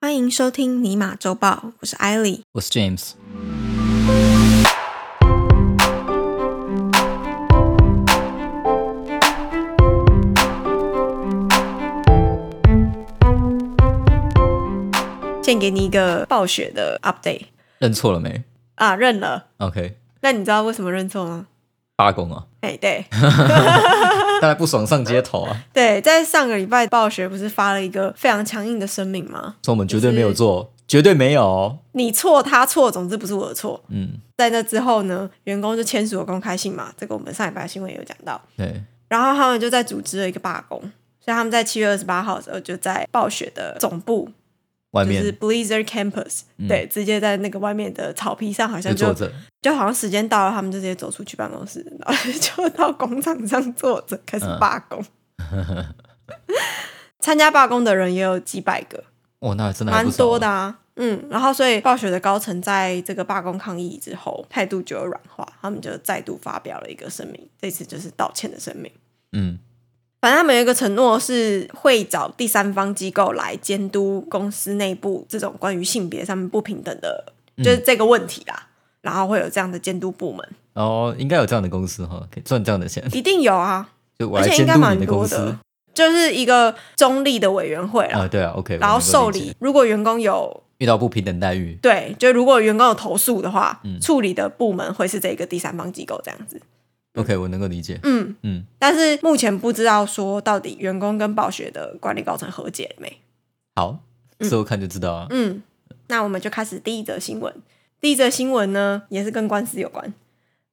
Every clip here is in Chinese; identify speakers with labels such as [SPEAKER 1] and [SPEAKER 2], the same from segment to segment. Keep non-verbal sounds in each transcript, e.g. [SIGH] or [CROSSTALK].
[SPEAKER 1] 欢迎收听尼玛周报，我是艾莉。
[SPEAKER 2] 我是 James。
[SPEAKER 1] 先给你一个暴雪的 update
[SPEAKER 2] 认错了没
[SPEAKER 1] 啊，认了。
[SPEAKER 2] ？OK，
[SPEAKER 1] 那你知道为什么认错吗？
[SPEAKER 2] 罢工啊，
[SPEAKER 1] 哎，对
[SPEAKER 2] 大家不爽上街头
[SPEAKER 1] [LAUGHS]
[SPEAKER 2] 啊，
[SPEAKER 1] 对，在上个礼拜，暴雪不是发了一个非常强硬的声明吗？
[SPEAKER 2] 说我们绝对没有做，绝对没有哦。
[SPEAKER 1] 你错，他错，总之不是我的错。
[SPEAKER 2] 嗯，
[SPEAKER 1] 在那之后呢，员工就签署了公开信嘛，这个我们上礼拜新闻也有讲到。
[SPEAKER 2] 对，
[SPEAKER 1] 然后他们就在组织了一个罢工，所以他们在七月二十八号的时候就在暴雪的总部
[SPEAKER 2] 外
[SPEAKER 1] 就是
[SPEAKER 2] 面
[SPEAKER 1] Blizzard Campus，、对，直接在那个外面的草皮上，好
[SPEAKER 2] 就
[SPEAKER 1] 像就
[SPEAKER 2] 坐着，
[SPEAKER 1] 就好像时间到了，他们就直接走出去办公室，然后 [LAUGHS] 就到广场上坐着开
[SPEAKER 2] 嗯
[SPEAKER 1] 始罢工。 [LAUGHS] 参加罢工的人也有几百个，
[SPEAKER 2] 哇，那真的还
[SPEAKER 1] 蛮
[SPEAKER 2] 不少啊
[SPEAKER 1] 多的。啊。嗯，然后所以暴雪的高层在这个罢工抗议之后，态度就有软化，他们就再度发表了一个声明，这次就是道歉的声明。
[SPEAKER 2] 嗯，
[SPEAKER 1] 反正他们有一个承诺是会找第三方机构来监督公司内部这种关于性别上面不平等的，
[SPEAKER 2] 嗯
[SPEAKER 1] 就是这个问题啦。然后会有这样的监督部门，
[SPEAKER 2] 然后哦应该有这样的公司哈，可以赚这样
[SPEAKER 1] [LAUGHS]
[SPEAKER 2] 的钱，
[SPEAKER 1] 一定有啊，
[SPEAKER 2] 就我
[SPEAKER 1] 而
[SPEAKER 2] 来
[SPEAKER 1] 且应
[SPEAKER 2] 监
[SPEAKER 1] 该
[SPEAKER 2] 督
[SPEAKER 1] 蛮
[SPEAKER 2] 你
[SPEAKER 1] 多
[SPEAKER 2] 公
[SPEAKER 1] 的
[SPEAKER 2] 司，
[SPEAKER 1] 就是一个中立的委员会啦。
[SPEAKER 2] 啊，对啊，OK，
[SPEAKER 1] 然后
[SPEAKER 2] 我能够
[SPEAKER 1] 受
[SPEAKER 2] 理
[SPEAKER 1] 理
[SPEAKER 2] 解，
[SPEAKER 1] 如果员工有
[SPEAKER 2] 遇到不平等待遇，
[SPEAKER 1] 对，就如果员工有投诉的话，
[SPEAKER 2] 嗯
[SPEAKER 1] 处理的部门会是这个第三方机构这样子。
[SPEAKER 2] ，OK，我能够理解。
[SPEAKER 1] 嗯，
[SPEAKER 2] 嗯，
[SPEAKER 1] 但是目前不知道说到底员工跟暴雪的管理高层和解了没。
[SPEAKER 2] 好，之后看就知道啊。
[SPEAKER 1] 嗯，那我们就开始第一则新闻。第一则新闻呢，也是跟官司有关。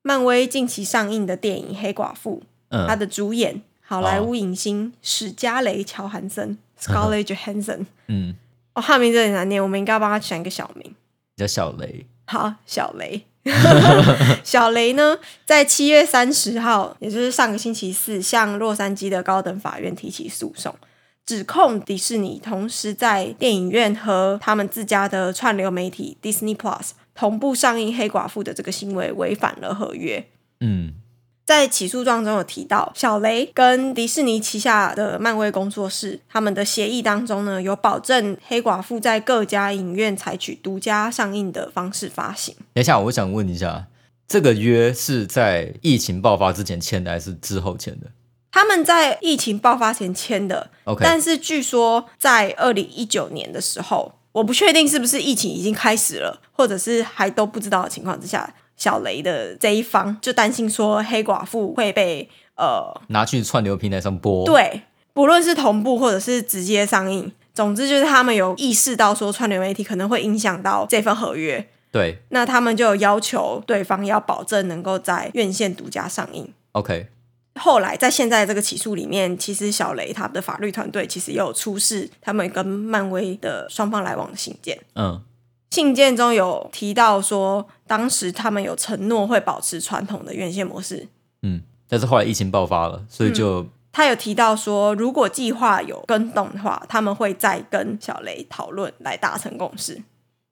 [SPEAKER 1] 漫威近期上映的电影《黑寡妇》，它
[SPEAKER 2] 嗯，
[SPEAKER 1] 的主演好莱坞影星史嘉蕾·乔韩森 （Scarlett Johansson）。
[SPEAKER 2] 嗯，
[SPEAKER 1] 哦，他的名字很难念，我们应该帮他选一个小名。
[SPEAKER 2] 叫小雷，
[SPEAKER 1] 好，小雷。 [LAUGHS] 小雷呢，在七月三十号，也就是上个星期四，向洛杉矶的高等法院提起诉讼，指控迪士尼同时在电影院和他们自家的串流媒体 Disney Plus 同步上映《黑寡妇》的这个行为违反了合约。
[SPEAKER 2] 嗯，
[SPEAKER 1] 在起诉状中有提到，小雷跟迪士尼旗下的漫威工作室他们的协议当中呢，有保证黑寡妇在各家影院采取独家上映的方式发行。
[SPEAKER 2] 等一下，我想问一下，这个约是在疫情爆发之前签的，还是之后签的
[SPEAKER 1] 他们在疫情爆发前签的
[SPEAKER 2] ？OK，
[SPEAKER 1] 但是据说在二零一九年的时候，我不确定是不是疫情已经开始了，或者是还都不知道的情况之下，小雷的这一方就担心说黑寡妇会被呃
[SPEAKER 2] 拿去串流平台上播。，
[SPEAKER 1] 对，不论是同步或者是直接上映，总之就是他们有意识到说串流媒体可能会影响到这份合约，
[SPEAKER 2] 对
[SPEAKER 1] 那他们就有要求对方要保证能够在院线独家上映。
[SPEAKER 2] ，OK，
[SPEAKER 1] 后来在现在这个起诉里面，其实小雷他们的法律团队其实也有出示他们跟漫威的双方来往的信件。
[SPEAKER 2] 嗯
[SPEAKER 1] 信件中有提到说，当时他们有承诺会保持传统的院线模式。
[SPEAKER 2] 嗯，但是后来疫情爆发了，所以就、
[SPEAKER 1] 他有提到说，如果计划有跟动的话，他们会再跟小雷讨论来达成共识，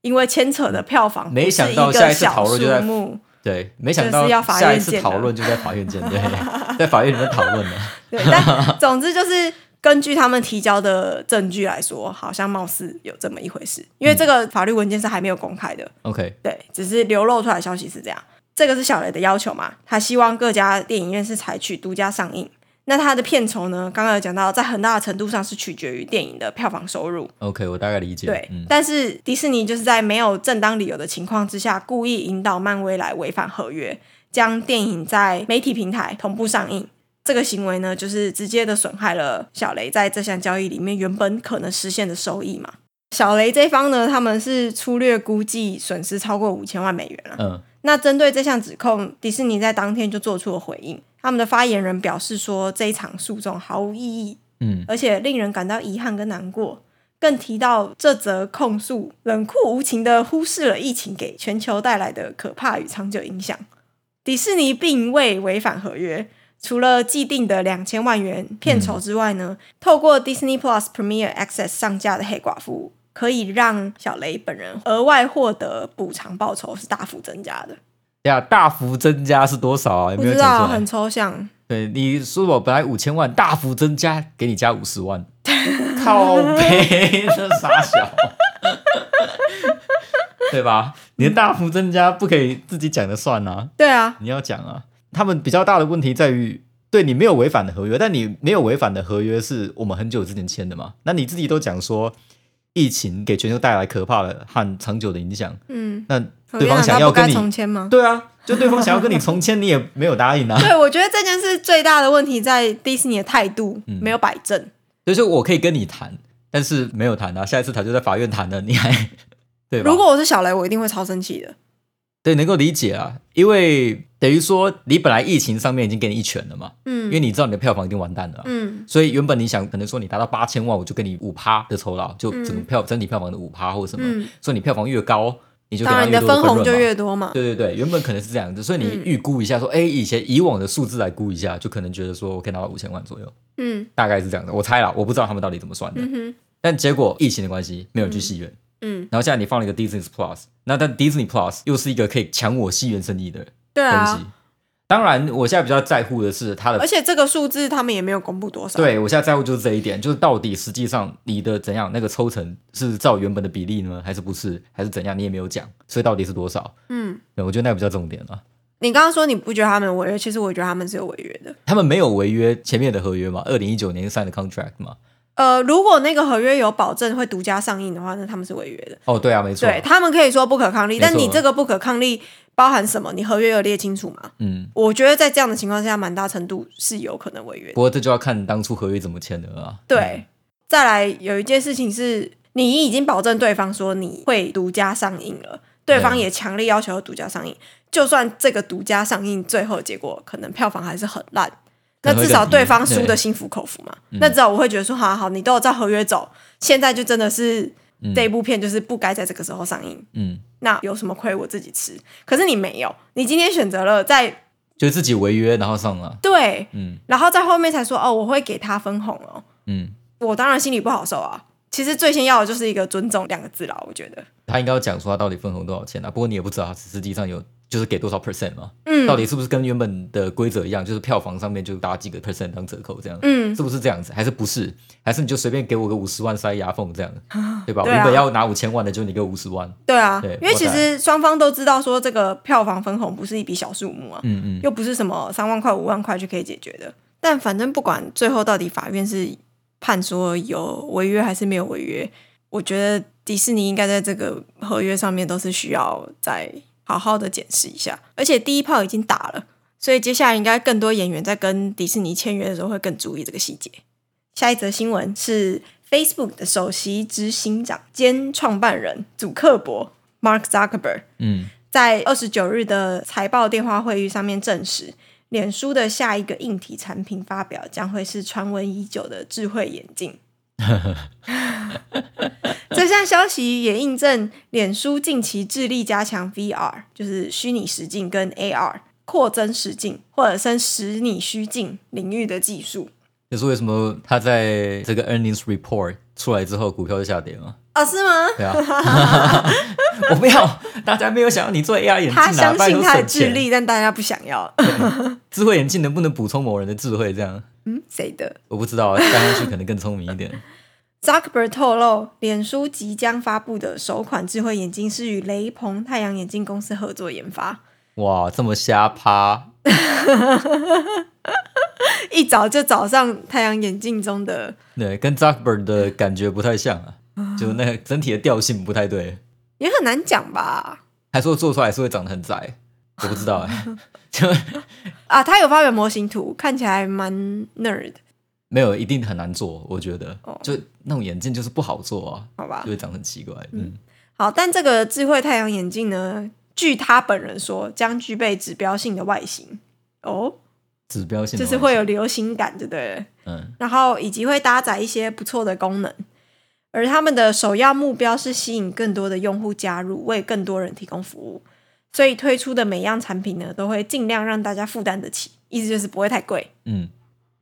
[SPEAKER 1] 因为牵扯的票房
[SPEAKER 2] 没想到
[SPEAKER 1] 不是
[SPEAKER 2] 下
[SPEAKER 1] 一个
[SPEAKER 2] 一次
[SPEAKER 1] 小
[SPEAKER 2] 讨论就在
[SPEAKER 1] 数
[SPEAKER 2] [LAUGHS]
[SPEAKER 1] 目，
[SPEAKER 2] 对，没想到
[SPEAKER 1] 就是要法院
[SPEAKER 2] 下一次
[SPEAKER 1] 见的
[SPEAKER 2] 讨论就在法院见，对，
[SPEAKER 1] [LAUGHS]
[SPEAKER 2] 在法院里面讨论了。
[SPEAKER 1] 对，但总之就是根据他们提交的证据来说，好像貌似有这么一回事，因为这
[SPEAKER 2] 嗯
[SPEAKER 1] 个法律文件是还没有公开的，
[SPEAKER 2] OK，
[SPEAKER 1] 对，只是流露出来的消息是这样。这个是小雷的要求嘛？他希望各家电影院是采取独家上映。那他的片酬呢？刚刚有讲到，在很大的程度上是取决于电影的票房收入。
[SPEAKER 2] OK，我大概理解。
[SPEAKER 1] 对，
[SPEAKER 2] 嗯，
[SPEAKER 1] 但是迪士尼就是在没有正当理由的情况之下，故意引导漫威来违反合约，将电影在媒体平台同步上映。这个行为呢，就是直接的损害了小雷在这项交易里面原本可能实现的收益嘛。小雷这一方呢，他们是粗略估计损失超过五千万美元了、
[SPEAKER 2] 嗯
[SPEAKER 1] 那针对这项指控，迪士尼在当天就做出了回应。他们的发言人表示说，这一场诉讼毫无意义，
[SPEAKER 2] 嗯，
[SPEAKER 1] 而且令人感到遗憾跟难过。更提到这则控诉冷酷无情的忽视了疫情给全球带来的可怕与长久影响。迪士尼并未违反合约，除了既定的两千万元片酬之外
[SPEAKER 2] 嗯
[SPEAKER 1] 呢，透过 Disney Plus Premier Access 上架的《黑寡妇》可以让小雷本人额外获得补偿报酬，是大幅增加的。
[SPEAKER 2] 呀，大幅增加是多少啊？有
[SPEAKER 1] 不
[SPEAKER 2] 没有
[SPEAKER 1] 知
[SPEAKER 2] 讲
[SPEAKER 1] 道，
[SPEAKER 2] 出来
[SPEAKER 1] 很？抽象。
[SPEAKER 2] 对，你说我本来五千万，大
[SPEAKER 1] [LAUGHS]
[SPEAKER 2] 幅增加，给你加五十万，靠背，这傻小。 [LAUGHS] 对吧？你的大幅增加不可以自己讲的算啊，
[SPEAKER 1] 对啊，
[SPEAKER 2] 你要讲啊。他们比较大的问题在于，对你没有违反的合约，但你没有违反的合约是我们很久之前签的嘛？那你自己都讲说，疫情给全球带来可怕的和长久的影响，
[SPEAKER 1] 嗯，
[SPEAKER 2] 那
[SPEAKER 1] 合
[SPEAKER 2] 对
[SPEAKER 1] 约
[SPEAKER 2] 方
[SPEAKER 1] 难
[SPEAKER 2] 想
[SPEAKER 1] 道
[SPEAKER 2] 要
[SPEAKER 1] 不该
[SPEAKER 2] 跟你
[SPEAKER 1] 重签吗？
[SPEAKER 2] 对啊，就对方想要跟你重签，你也没有答应啊。 [LAUGHS]
[SPEAKER 1] 对，我觉得这件事最大的问题在迪士尼的态度
[SPEAKER 2] 嗯
[SPEAKER 1] 没有摆正。
[SPEAKER 2] 就是我可以跟你谈，但是没有谈啊，下一次谈就在法院谈了，你还 [LAUGHS] 对吧？
[SPEAKER 1] 如果我是小雷，我一定会超生气的。
[SPEAKER 2] 对能够理解啊，因为等于说你本来疫情上面已经给你一拳了嘛，因为
[SPEAKER 1] 嗯
[SPEAKER 2] 你知道你的票房已经完蛋了啊、
[SPEAKER 1] 嗯
[SPEAKER 2] 所以原本你想可能说你达到八千万，我就给你五趴的酬劳，就整个票、整体票房的五趴或者什么，
[SPEAKER 1] 嗯，
[SPEAKER 2] 所以你票房越高，你就给
[SPEAKER 1] 当
[SPEAKER 2] 他
[SPEAKER 1] 然你的
[SPEAKER 2] 越多
[SPEAKER 1] 分红就
[SPEAKER 2] 润嘛
[SPEAKER 1] 越多嘛。
[SPEAKER 2] 对对对，原本可能是这样子，所以你
[SPEAKER 1] 嗯
[SPEAKER 2] 预估一下说，哎、以前以往的数字来估一下，就可能觉得说我可以拿到五千万左右，
[SPEAKER 1] 嗯
[SPEAKER 2] 大概是这样的。我猜啦，我不知道他们到底怎么算的，
[SPEAKER 1] 嗯哼
[SPEAKER 2] 但结果疫情的关系，没有人去戏院。
[SPEAKER 1] 嗯，
[SPEAKER 2] 然后现在你放了一个 Disney Plus，那但 Disney Plus 又是一个可以抢我戏院生意的东
[SPEAKER 1] 对
[SPEAKER 2] 西。
[SPEAKER 1] 啊，
[SPEAKER 2] 当然，我现在比较在乎的是它
[SPEAKER 1] 而
[SPEAKER 2] 的，
[SPEAKER 1] 且这个数字他们也没有公布多少。
[SPEAKER 2] 对我现在在乎就是这一点，就是到底实际上你的怎样那个抽成是照原本的比例呢，还是不是，还是怎样，你也没有讲，所以到底是多少？
[SPEAKER 1] 嗯，
[SPEAKER 2] 对，我觉得那个比较重点啊了。
[SPEAKER 1] 你刚刚说你不觉得他们违约，其实我觉得他们是有违约的。
[SPEAKER 2] 他们没有违约前面的合约嘛，二零一九年 sign 的 contract 嘛。
[SPEAKER 1] 呃，如果那个合约有保证会独家上映的话，那他们是违约的。
[SPEAKER 2] 哦，对啊，没错，
[SPEAKER 1] 对他们可以说不可抗力，
[SPEAKER 2] 没错啊
[SPEAKER 1] 但你这个不可抗力包含什么？你合约有列清楚吗？
[SPEAKER 2] 嗯，
[SPEAKER 1] 我觉得在这样的情况下，蛮大程度是有可能违约的
[SPEAKER 2] 不。过这就要看当初合约怎么签的了啊。
[SPEAKER 1] 对，再来有一件事情是，你已经保证对方说你会独家上映了，对方
[SPEAKER 2] 对
[SPEAKER 1] 也强烈要求独家上映，就算这个独家上映最后结果可能票房还是很烂，
[SPEAKER 2] 可
[SPEAKER 1] 那
[SPEAKER 2] 能会
[SPEAKER 1] 至少
[SPEAKER 2] 更低
[SPEAKER 1] 对方输
[SPEAKER 2] 对嗯
[SPEAKER 1] 的心服口服嘛。那至少我会觉得说，好啊好，你都有照合约走，现在就真的是
[SPEAKER 2] 嗯
[SPEAKER 1] 这一部片就是不该在这个时候上映，
[SPEAKER 2] 嗯，
[SPEAKER 1] 那有什么亏我自己吃？可是你没有，你今天选择了在
[SPEAKER 2] 就自己违约然后上了，
[SPEAKER 1] 对，
[SPEAKER 2] 嗯
[SPEAKER 1] 然后在后面才说哦，我会给他分红哦。
[SPEAKER 2] 嗯。
[SPEAKER 1] 我当然心里不好受啊。其实最先要的就是一个尊重两个字啦，我觉得。
[SPEAKER 2] 他应该要讲说他到底分红多少钱啊？不过你也不知道他实际上有就是给多少 percent 嘛，
[SPEAKER 1] 嗯
[SPEAKER 2] 到底是不是跟原本的规则一样，就是票房上面就打几个 percent 当折扣这样，
[SPEAKER 1] 嗯，
[SPEAKER 2] 是不是这样子？还是不是？还是你就随便给我个五十万塞牙缝这样，对吧？我
[SPEAKER 1] 对啊
[SPEAKER 2] 原本要拿五千万的，就你给五十万，
[SPEAKER 1] 对啊，
[SPEAKER 2] 对
[SPEAKER 1] 因为其
[SPEAKER 2] 我
[SPEAKER 1] 实双方都知道说这个票房分红不是一笔小数目啊，
[SPEAKER 2] 嗯嗯，
[SPEAKER 1] 又不是什么三万块、五万块就可以解决的。但反正不管最后到底法院是判说有违约还是没有违约，我觉得迪士尼应该在这个合约上面都是需要再好好的检视一下。而且第一炮已经打了，所以接下来应该更多演员在跟迪士尼签约的时候会更注意这个细节。下一则新闻是 Facebook 的首席执行长兼创办人祖克伯 （Mark Zuckerberg）
[SPEAKER 2] 嗯
[SPEAKER 1] 在二十九日的财报电话会议上面证实，脸书的下一个硬体产品发表将会是传闻已久的智慧眼镜。
[SPEAKER 2] [LAUGHS]
[SPEAKER 1] 这项消息也印证脸书近期致力加强 VR，就是虚拟实境跟 AR 扩增实境或者称实拟虚境领域的技术。
[SPEAKER 2] 这是为什么他在这个 earnings report 出来之后股票就下跌嘛？
[SPEAKER 1] 哦，是
[SPEAKER 2] [LAUGHS]
[SPEAKER 1] 吗？[LAUGHS]
[SPEAKER 2] 对啊，我没有，大家没有想要你做 AR 眼镜、啊，
[SPEAKER 1] 他相
[SPEAKER 2] 拜
[SPEAKER 1] 信
[SPEAKER 2] 托
[SPEAKER 1] 他的
[SPEAKER 2] 省钱
[SPEAKER 1] 智，力，但大家不想要。
[SPEAKER 2] 智慧眼镜能不能补充某人的智慧这样？
[SPEAKER 1] 嗯，谁的？
[SPEAKER 2] 我不知道， [LAUGHS] 戴上去可能更聪明一点。
[SPEAKER 1] Zuckerberg 透露，脸书即将发布的首款智慧眼镜是与雷朋太阳眼镜公司合作研发， [LAUGHS]
[SPEAKER 2] 哇，这么瞎趴，
[SPEAKER 1] 一早就找上太阳眼镜中的。
[SPEAKER 2] 对，跟 Zuckerberg 的感觉不太像啊，就那个整体的调性不太对。
[SPEAKER 1] 也很难讲吧？
[SPEAKER 2] 还说做出来是会长得很宅，我不知道
[SPEAKER 1] [LAUGHS]
[SPEAKER 2] 哎、就
[SPEAKER 1] 啊，他有发表模型图，看起来蛮 nerd，
[SPEAKER 2] 没有一定很难做，我觉得
[SPEAKER 1] 哦，
[SPEAKER 2] 就那种眼镜就是不好做啊，
[SPEAKER 1] 好吧
[SPEAKER 2] 就？会长得很奇怪。嗯，
[SPEAKER 1] 好，但这个智慧太阳眼镜呢，据他本人说，将具备指标性的外形哦，
[SPEAKER 2] 指标性的
[SPEAKER 1] 就是
[SPEAKER 2] 外
[SPEAKER 1] 会有流行感，就对了。
[SPEAKER 2] 形嗯
[SPEAKER 1] 然后以及会搭载一些不错的功能。而他们的首要目标是吸引更多的用户加入，为更多人提供服务。所以推出的每样产品呢，都会尽量让大家负担得起，意思就是不会太贵。
[SPEAKER 2] 嗯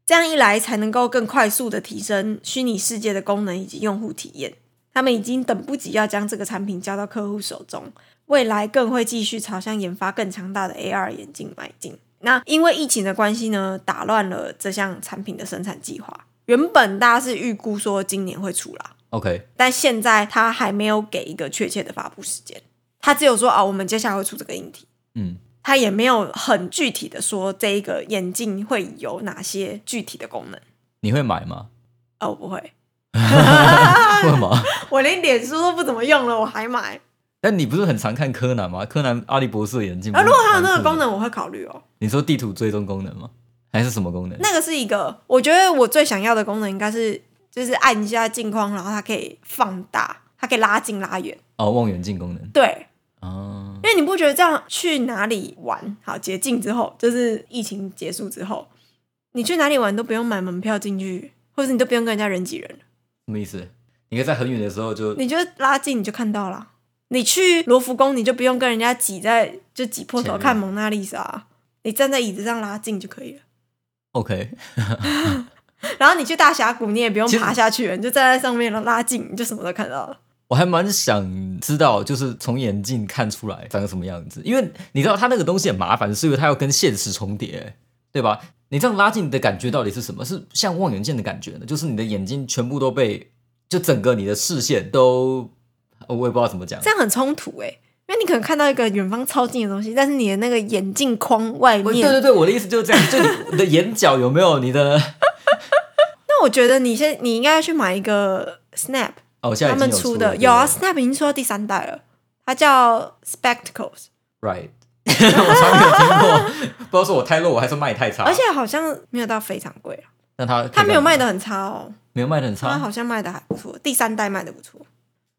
[SPEAKER 1] 这样一来，才能够更快速的提升虚拟世界的功能以及用户体验。他们已经等不及要将这个产品交到客户手中，未来更会继续朝向研发更强大的 AR 眼镜迈进。那因为疫情的关系呢，打乱了这项产品的生产计划。原本大家是预估说今年会出啦，
[SPEAKER 2] ，OK，
[SPEAKER 1] 但现在它还没有给一个确切的发布时间。他只有说啊，我们接下来会出这个硬体，
[SPEAKER 2] 嗯，
[SPEAKER 1] 他也没有很具体的说这一个眼镜会有哪些具体的功能。
[SPEAKER 2] 你会买吗？
[SPEAKER 1] 哦，我不会， [LAUGHS]
[SPEAKER 2] 为什么？
[SPEAKER 1] 我连脸书都不怎么用了，我还买。
[SPEAKER 2] 但你不是很常看柯南吗？柯南阿笠博士的眼镜不
[SPEAKER 1] 啊，
[SPEAKER 2] 是
[SPEAKER 1] 如果它有那
[SPEAKER 2] 蛮
[SPEAKER 1] 个
[SPEAKER 2] 酷的
[SPEAKER 1] 功，能，我会考虑哦。
[SPEAKER 2] 你说地图追踪功能吗？还是什么功能？
[SPEAKER 1] 那个是一个，我觉得我最想要的功能应该是，就是按一下镜框，然后它可以放大，它可以拉近拉远。
[SPEAKER 2] 哦，望远镜功能
[SPEAKER 1] 对，
[SPEAKER 2] 哦，
[SPEAKER 1] 因为你不觉得这样去哪里玩，好解禁之后，就是疫情结束之后，你去哪里玩都不用买门票进去，或者你都不用跟人家人挤人，
[SPEAKER 2] 什么意思？你可以在很远的时候就
[SPEAKER 1] 你就拉近你就看到了。你去罗浮宫，你就不用跟人家挤在就挤破
[SPEAKER 2] 前
[SPEAKER 1] 头
[SPEAKER 2] 面
[SPEAKER 1] 看蒙娜丽莎，你站在椅子上拉近就可以了。
[SPEAKER 2] OK，
[SPEAKER 1] 然后你去大峡谷，你也不用
[SPEAKER 2] 其实
[SPEAKER 1] 爬下去了，你就站在上面然后拉近，你就什么都看到了。
[SPEAKER 2] 我还蛮想知道，就是从眼镜看出来长什么样子，因为你知道它那个东西很麻烦，是因为它要跟现实重叠，对吧？你这样拉近的感觉到底是什么？是像望远镜的感觉呢？就是你的眼睛全部都被，就整个你的视线都，呃我也不知道怎么讲
[SPEAKER 1] 这。样很冲突哎、因为你可能看到一个远方超近的东西，但是你的那个眼镜框外
[SPEAKER 2] 我
[SPEAKER 1] 面，
[SPEAKER 2] 哦对对对，我的意思就是这样，就你你的眼角有没有你的？ [LAUGHS]
[SPEAKER 1] 那我觉得你现你应该要去买一个 Snap，
[SPEAKER 2] 哦，现在
[SPEAKER 1] 他
[SPEAKER 2] 已经
[SPEAKER 1] 们
[SPEAKER 2] 有
[SPEAKER 1] 出
[SPEAKER 2] 了
[SPEAKER 1] 的有啊，Snap 已经出到第三代了，它叫 Spectacles，
[SPEAKER 2] ，Right，我 [LAUGHS] 从来没有听过，不知道是我太弱，我还是卖太差。
[SPEAKER 1] 而且好像没有到非常贵啊，
[SPEAKER 2] 那它可以
[SPEAKER 1] 它没有
[SPEAKER 2] 干嘛
[SPEAKER 1] 卖，的很差哦，
[SPEAKER 2] 没有卖的很差
[SPEAKER 1] 它。好像卖的还不错，第三代卖的不错。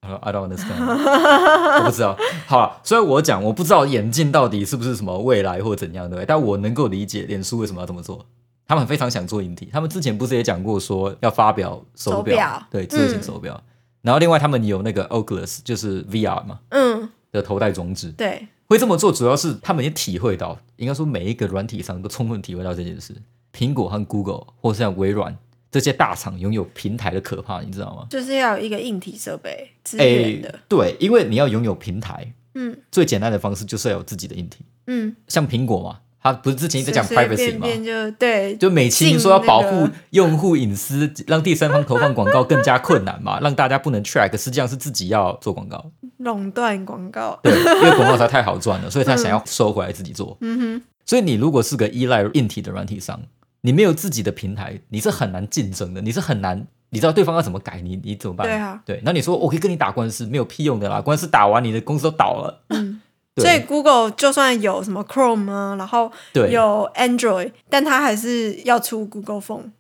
[SPEAKER 2] Uh, I don't understand，我不知道。好了，所以我讲我不知道眼镜到底是不是什么未来或怎样的，但我能够理解脸书为什么要这么做。他们非常想做引体，他们之前不是也讲过说要发表手
[SPEAKER 1] 手表嗯
[SPEAKER 2] 对，智能型手表。然后另外他们有那个 Oculus，就是 VR 嘛
[SPEAKER 1] 嗯，
[SPEAKER 2] 的头戴装置。
[SPEAKER 1] 对，
[SPEAKER 2] 会这么做，主要是他们也体会到，应该说每一个软体商都充分体会到这件事。苹果和 Google 或是像微软这些大厂拥有平台的可怕，你知道吗？
[SPEAKER 1] 就是要有一个硬体设备资
[SPEAKER 2] 哎，
[SPEAKER 1] 源的，
[SPEAKER 2] 对，因为你要拥有平台，
[SPEAKER 1] 嗯
[SPEAKER 2] 最简单的方式就是要有自己的硬体，
[SPEAKER 1] 嗯，
[SPEAKER 2] 像苹果嘛，它不是之前一直
[SPEAKER 1] 随
[SPEAKER 2] 讲
[SPEAKER 1] 随
[SPEAKER 2] privacy
[SPEAKER 1] 便
[SPEAKER 2] 嘛，
[SPEAKER 1] 便就对，
[SPEAKER 2] 就美其名说要保
[SPEAKER 1] 进那
[SPEAKER 2] 护
[SPEAKER 1] 个
[SPEAKER 2] 用户隐私，让第三方投放广告更加困
[SPEAKER 1] [LAUGHS]
[SPEAKER 2] 难嘛，让大家不能 track，实际上是自己要做广告，
[SPEAKER 1] 垄断广告，
[SPEAKER 2] 对，因为广告实在太好赚了，所以他想要收回来自己做。
[SPEAKER 1] 嗯哼，
[SPEAKER 2] 所以你如果是个依赖硬体的软体商，你没有自己的平台，你是很难竞争的，你是很难。你知道对方要怎么改你，你怎么办？
[SPEAKER 1] 对啊，
[SPEAKER 2] 对。那你说我可以跟你打官司，没有屁用的啦！官司打完，你的公司都倒了。
[SPEAKER 1] 嗯，
[SPEAKER 2] 对
[SPEAKER 1] 所以 Google 就算有什么 Chrome 啊，然后
[SPEAKER 2] 对
[SPEAKER 1] 有 Android，但它还是要出 Google Phone，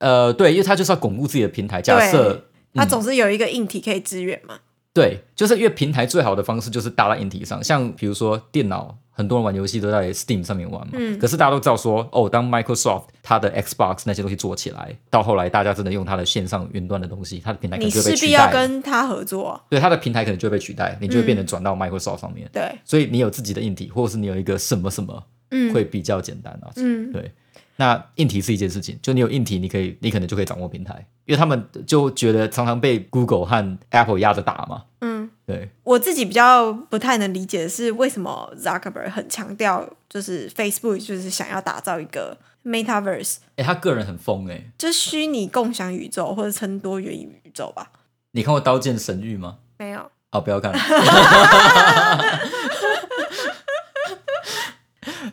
[SPEAKER 2] 呃，对，因为他就是要巩固自己的平台。假
[SPEAKER 1] 对
[SPEAKER 2] 设
[SPEAKER 1] 它
[SPEAKER 2] 嗯
[SPEAKER 1] 总是有一个硬体可以支援嘛。
[SPEAKER 2] 对，就是因为平台最好的方式就是搭在硬体上，像比如说电脑，很多人玩游戏都在 Steam 上面玩嘛。
[SPEAKER 1] 嗯
[SPEAKER 2] 可是大家都知道说，哦，当 Microsoft 它的 Xbox 那些东西做起来，到后来大家真的用它的线上云端的东西，它的平台可
[SPEAKER 1] 你
[SPEAKER 2] 能就会
[SPEAKER 1] 势
[SPEAKER 2] 被
[SPEAKER 1] 必
[SPEAKER 2] 取代
[SPEAKER 1] 要
[SPEAKER 2] 了。
[SPEAKER 1] 跟他合作啊、
[SPEAKER 2] 对，它的平台可能就会被取代，你就会
[SPEAKER 1] 嗯
[SPEAKER 2] 变成转到 Microsoft 上面。
[SPEAKER 1] 对，
[SPEAKER 2] 所以你有自己的硬体，或者是你有一个什么什么，
[SPEAKER 1] 嗯，
[SPEAKER 2] 会比较简单啊。
[SPEAKER 1] 嗯，
[SPEAKER 2] 对，那硬体是一件事情，就你有硬体，你可以，你可能就可以掌握平台，因为他们就觉得常常被 Google 和 Apple 压着打嘛。
[SPEAKER 1] 嗯，
[SPEAKER 2] 对，
[SPEAKER 1] 我自己比较不太能理解的是，为什么 Zuckerberg 很强调，就是 Facebook 就是想要打造一个 Metaverse，
[SPEAKER 2] 哎，他个人很疯哎、
[SPEAKER 1] 就是虚拟共享宇宙或者称多元宇宙吧？
[SPEAKER 2] 你看过《刀剑神域》吗？
[SPEAKER 1] 没有，
[SPEAKER 2] 哦，不要看了。 [LAUGHS]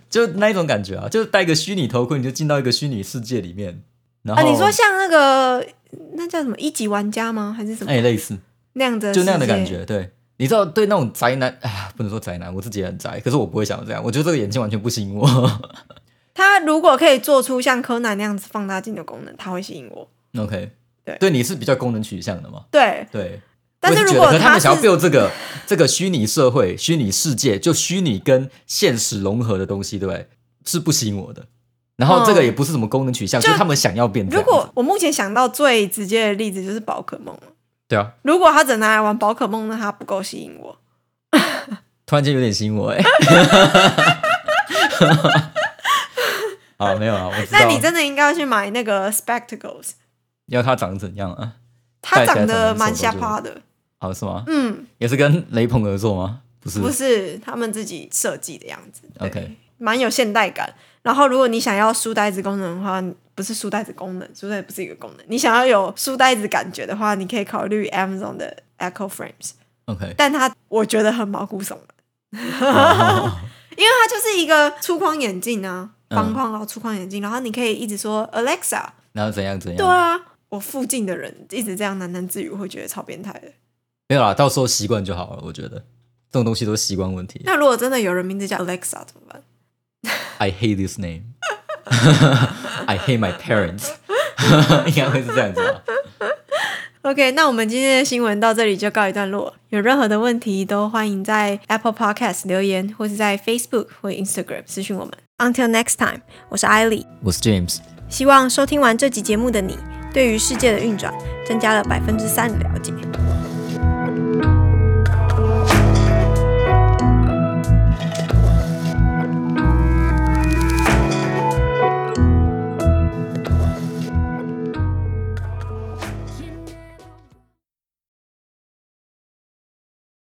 [SPEAKER 2] 就那一种感觉啊，就是戴个虚拟头盔，你就进到一个虚拟世界里面。然
[SPEAKER 1] 啊，
[SPEAKER 2] 后
[SPEAKER 1] 你说像那个那叫什么一级玩家吗？还是什么、
[SPEAKER 2] 哎、类似
[SPEAKER 1] 那样的
[SPEAKER 2] 就那样的
[SPEAKER 1] 世界
[SPEAKER 2] 感？觉，对。你知道，对那种宅男啊，不能说宅男，我自己也很宅，可是我不会想要这样。我觉得这个眼镜完全不吸引我。
[SPEAKER 1] 他如果可以做出像柯南那样子放大镜的功能，他会吸引我。
[SPEAKER 2] OK，
[SPEAKER 1] [LAUGHS] 对
[SPEAKER 2] 对，你是比较功能取向的嘛？
[SPEAKER 1] 对，
[SPEAKER 2] 对。
[SPEAKER 1] 但
[SPEAKER 2] 我
[SPEAKER 1] 是
[SPEAKER 2] 也
[SPEAKER 1] 如
[SPEAKER 2] 觉得
[SPEAKER 1] 果
[SPEAKER 2] 可是他们
[SPEAKER 1] 是
[SPEAKER 2] 想要 build 这个这个虚拟社会、虚拟世界，就虚拟跟现实融合的东西，对不对？是不吸引我的。然后这个
[SPEAKER 1] 嗯
[SPEAKER 2] 也不是什么功能取向，就
[SPEAKER 1] 就是
[SPEAKER 2] 他们想要变这
[SPEAKER 1] 如
[SPEAKER 2] 样子。
[SPEAKER 1] 果我目前想到最直接的例子就是宝可梦了
[SPEAKER 2] 对啊，
[SPEAKER 1] 如果他只拿来玩宝可梦，那他不够吸引我。
[SPEAKER 2] 突然间有点吸引我哎、 [LAUGHS] 好，没有啊，我知道。
[SPEAKER 1] 那你真的应该去买那个 spectacles，
[SPEAKER 2] 要它长怎样啊？
[SPEAKER 1] 它长
[SPEAKER 2] 戴起来
[SPEAKER 1] 得
[SPEAKER 2] 长得很
[SPEAKER 1] 蛮
[SPEAKER 2] 丑
[SPEAKER 1] 下趴的。
[SPEAKER 2] 好是吗？
[SPEAKER 1] 嗯，
[SPEAKER 2] 也是跟雷朋合作吗？不是
[SPEAKER 1] 不是他们自己设计的样子。对
[SPEAKER 2] o k
[SPEAKER 1] 蛮有现代感。然后，如果你想要书呆子功能的话，不是书呆子功能，书呆子不是一个功能。你想要有书呆子感觉的话，你可以考虑 Amazon 的 Echo Frames，
[SPEAKER 2] OK。
[SPEAKER 1] 但它我觉得很毛骨悚然。
[SPEAKER 2] 哦
[SPEAKER 1] [LAUGHS] 因为它就是一个粗框眼镜啊，
[SPEAKER 2] 嗯
[SPEAKER 1] 方框然后粗框眼镜，然后你可以一直说 Alexa，
[SPEAKER 2] 然后怎样怎样？
[SPEAKER 1] 对啊，我附近的人一直这样喃喃自语，我会觉得超变态的。
[SPEAKER 2] 没有啦，到时候习惯就好了。我觉得这种东西都是习惯问题。
[SPEAKER 1] 那如果真的有人名字叫 Alexa 怎么办？
[SPEAKER 2] I hate this name. [LAUGHS] I hate my parents. [LAUGHS] 应该会是这样子吧？
[SPEAKER 1] OK，那我们今天的新闻到这里就告一段落。有任何的问题都欢迎在 Apple Podcast 留言，或是在 Facebook 或 Instagram 私讯我们。Until next time，我是艾莉。
[SPEAKER 2] 我是 James，
[SPEAKER 1] 希望收听完这集节目的你，对于世界的运转增加了百分之三的了解。